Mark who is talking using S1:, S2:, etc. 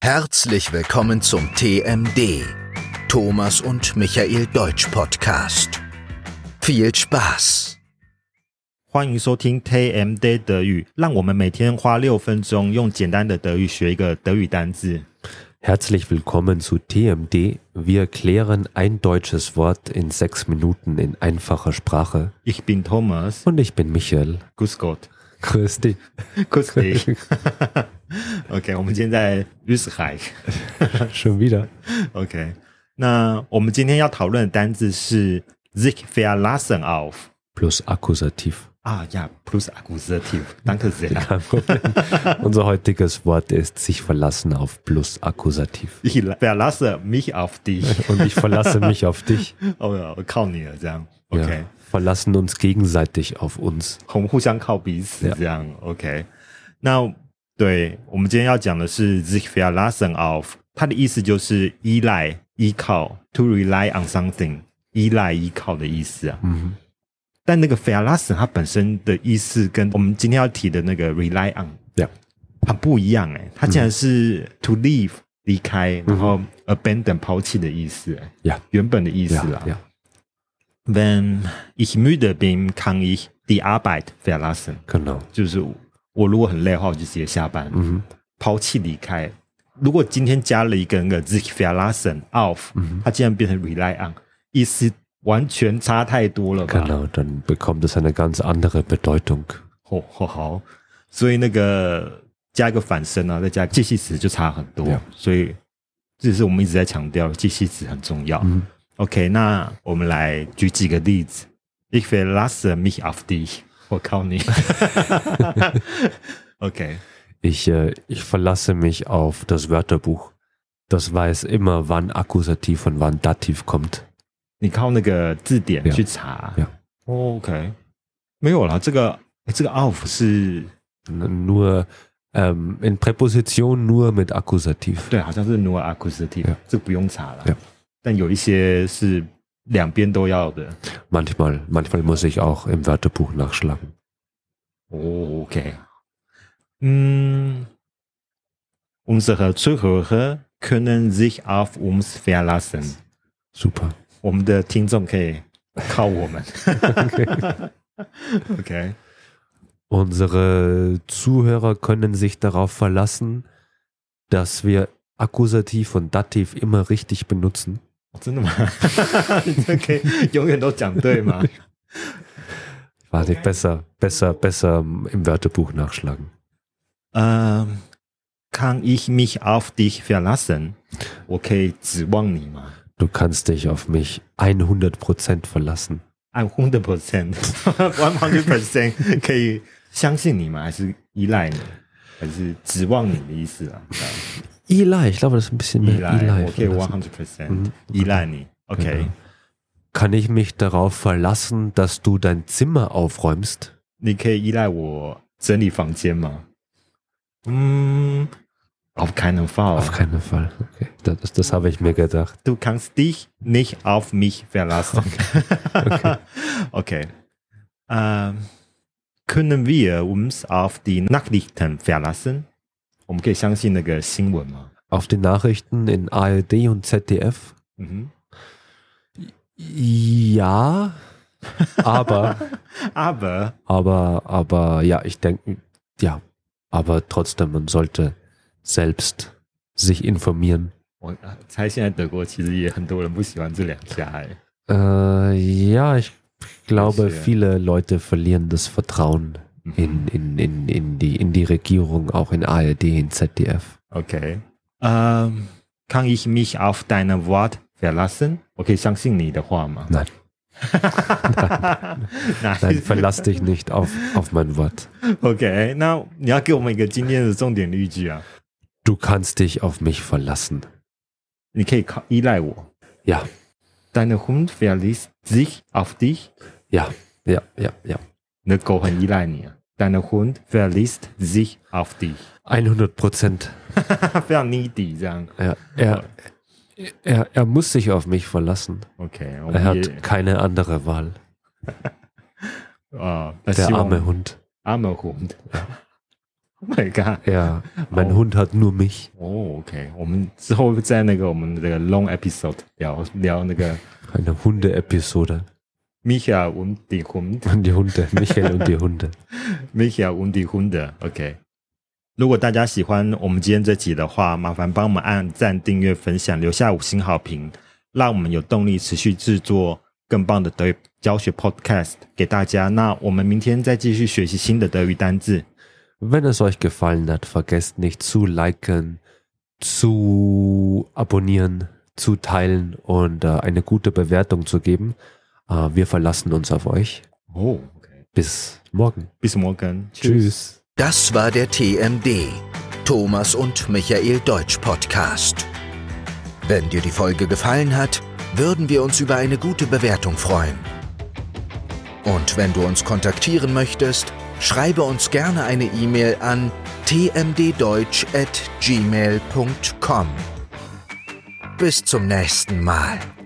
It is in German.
S1: Herzlich willkommen zum TMD, Thomas und Michael Deutsch Podcast. Viel Spaß!
S2: 欢迎收听 TMD 德语，让我们每天花六分钟，用简单的德语学一个德语单字。
S3: Herzlich willkommen zu TMD. Wir klären ein deutsches Wort in sechs Minuten in einfacher Sprache.
S2: Ich bin Thomas.
S3: Und ich bin Michael.
S2: Grüß Gott.
S3: Grüß dich.
S2: Grüß dich. OK，我们今天在 Österreich。
S3: Schon wieder.
S2: OK，那我们今天要讨论的单字是 sich verlassen auf
S3: Plus Akkusativ.
S2: 啊呀，plus accusative。Danke sehr.
S3: Kein Problem. Unser heutiges Wort ist sich verlassen auf Plus Akkusativ.
S2: Ich verlasse mich auf dich.
S3: Und ich verlasse mich auf dich.
S2: 哦呀，我靠你了，这样。OK，、
S3: Verlassen uns gegenseitig auf uns.
S2: 我们互相靠彼此
S3: Yeah.
S2: 这样。OK，那对我们今天要讲的是 z i g f i a l a s s e n of，它的意思就是依赖、依靠，to rely on something，依赖、依靠的意思啊。
S3: Mhm.
S2: 但那个 f i a l a s s e n 它本身的意思跟我们今天要提的那个 rely on
S3: Ja.
S2: 很不一样哎、它竟然是 to leave 离开，然后 abandon 抛弃的意思、欸，
S3: Yeah.
S2: 原本的意思
S3: Ja,
S2: 啊。
S3: ja.
S2: Wenn ich müde bin, kann ich die Arbeit verlassen。
S3: Genau.
S2: 就是我如果很累的话，我就直接下班，
S3: Mhm.
S2: 抛弃离开。如果今天加了一个那个 z i f i a l a s e n off，、它
S3: 嗯 Mhm.
S2: 竟然变成 rely on，意思完全差太多了吧？
S3: Genau. Dann bekommt es eine ganz andere Bedeutung.
S2: 哦，好好，所以那个加一个反身啊，再加介系词就差很多。
S3: Yeah
S2: 所以这也是我们一直在强调介系词很重要。
S3: Mhm.
S2: OK，那我们来举几个例子。Ich verlasse mich auf dich，我靠你。OK，
S3: Ich, äh, ich verlasse mich auf das Wörterbuch. Das weiß immer, wann Akkusativ und wann Dativ kommt.
S2: 你靠那个字典
S3: Yeah.
S2: 去查。
S3: Yeah.
S2: o k 没有啦，这个诶这个 off 是
S3: N- Nur ähm, in Präposition nur mit Akkusativ.
S2: 对，好像是 no accusative，、
S3: Yeah.
S2: 这不用查了。
S3: Yeah.
S2: 但有一些是两边都要的。
S3: Manchmal, manchmal muss ich auch im Wörterbuch nachschlagen.
S2: 哦，OK，嗯，unsere Zuhörer können sich auf uns verlassen。
S3: Super.
S2: 我们的听众可以靠我 们。OK，
S3: Unsere Zuhörer können sich darauf verlassen, dass wir Akkusativ und Dativ immer richtig benutzen.
S2: 哦真的吗？ 你这可以永远都讲对吗？
S3: Warte, besser, besser, besser im Wörterbuch nachschlagen.
S2: Ähm, kann ich mich auf dich verlassen? 我可以指望你吗
S3: Du kannst dich auf mich 100% verlassen.
S2: i hundred percent, one hundred percent 可以相信你吗？还是依赖你？还是指望你的意思啊？这样
S3: Eli, ich glaube, das ist ein bisschen
S2: 嗯依
S3: mehr
S2: 赖嗯
S3: Eli.
S2: 我可以 one
S3: verlassen.
S2: hundred percent 依赖你。OK，、
S3: Kann ich mich darauf verlassen, dass du dein Zimmer aufräumst?
S2: 你可以依赖我整理房间吗？嗯，auf keinen Fall.
S3: Auf keinen Fall. Okay. Das, das, das habe ich mir gedacht.
S2: Du kannst dich nicht auf mich verlassen. Okay. Ähm, können wir uns auf die Nachrichten verlassen? 我们可以相信那个新闻吗？
S3: Auf die Nachrichten in ARD und ZDF?
S2: 嗯
S3: Ja, aber,
S2: 哼，aber
S3: aber, aber, ja, ich denke, ja, aber trotzdem, man sollte selbst sich informieren.
S2: 我猜现在德国其实也很多人不喜欢这两家哎。
S3: Äh, ja, ich glaube,
S2: Verstehe.
S3: viele Leute verlieren das Vertrauen
S2: Mhm.
S3: in, in, in, in, die, in die Regierung, auch in ARD, in ZDF.
S2: OK，嗯、kann Ähm, ich mich auf deine Wort verlassen？我可以相信你的话吗
S3: Nein,
S2: 哪
S3: nein, verlass dich nicht auf, auf mein Wort.
S2: OK，那你要给我们一个今天的重点例句啊！
S3: Du kannst dich auf mich verlassen.
S2: 你可以靠依赖我。
S3: Ja,
S2: Deine Hund verlässt sich auf dich，
S3: ja, ja, ja, ja.
S2: 你的狗很依赖你啊。Deine Hund verlässt sich auf dich，
S3: 100 Prozent.
S2: 非常 needy 这样。
S3: Er, er, er, er muss sich auf mich verlassen.
S2: OK，我们
S3: Er
S2: 也
S3: hat keine andere Wahl.
S2: 啊，那
S3: Der
S2: 希望
S3: arme Hund.
S2: arme Hund。 Oh mein Gott.
S3: Ja, mein
S2: Oh.
S3: Hund hat nur mich.
S2: 哦、o k 我们之后在那个我们的这个 long episode 聊聊那个
S3: Eine Hunde-Episode.
S2: Micha und die Hund。
S3: Und die Hunde, Michael und die Hunde.
S2: Micha und die Hunde. OK，如果大家喜欢我们今天这集的话，麻烦帮我们按赞、订阅、分享，留下五星好评，让我们有动力持续制作更棒的德语教学 Podcast 给大家。那我们明天再继续学习新的德语单字。
S3: Wenn es euch gefallen hat, vergesst nicht zu liken, zu abonnieren, zu teilen und äh, eine gute Bewertung zu geben. Äh, wir verlassen uns auf euch.
S2: 哦、o k
S3: Bis morgen.
S2: bis morgen.
S3: Tschüss.
S1: Das war der TMD, Thomas und Michael Deutsch Podcast. Wenn dir die Folge gefallen hat, würden wir uns über eine gute Bewertung freuen. Und wenn du uns kontaktieren möchtest, schreibe uns gerne eine E-Mail an tmddeutsch.gmail.com. Bis zum nächsten Mal.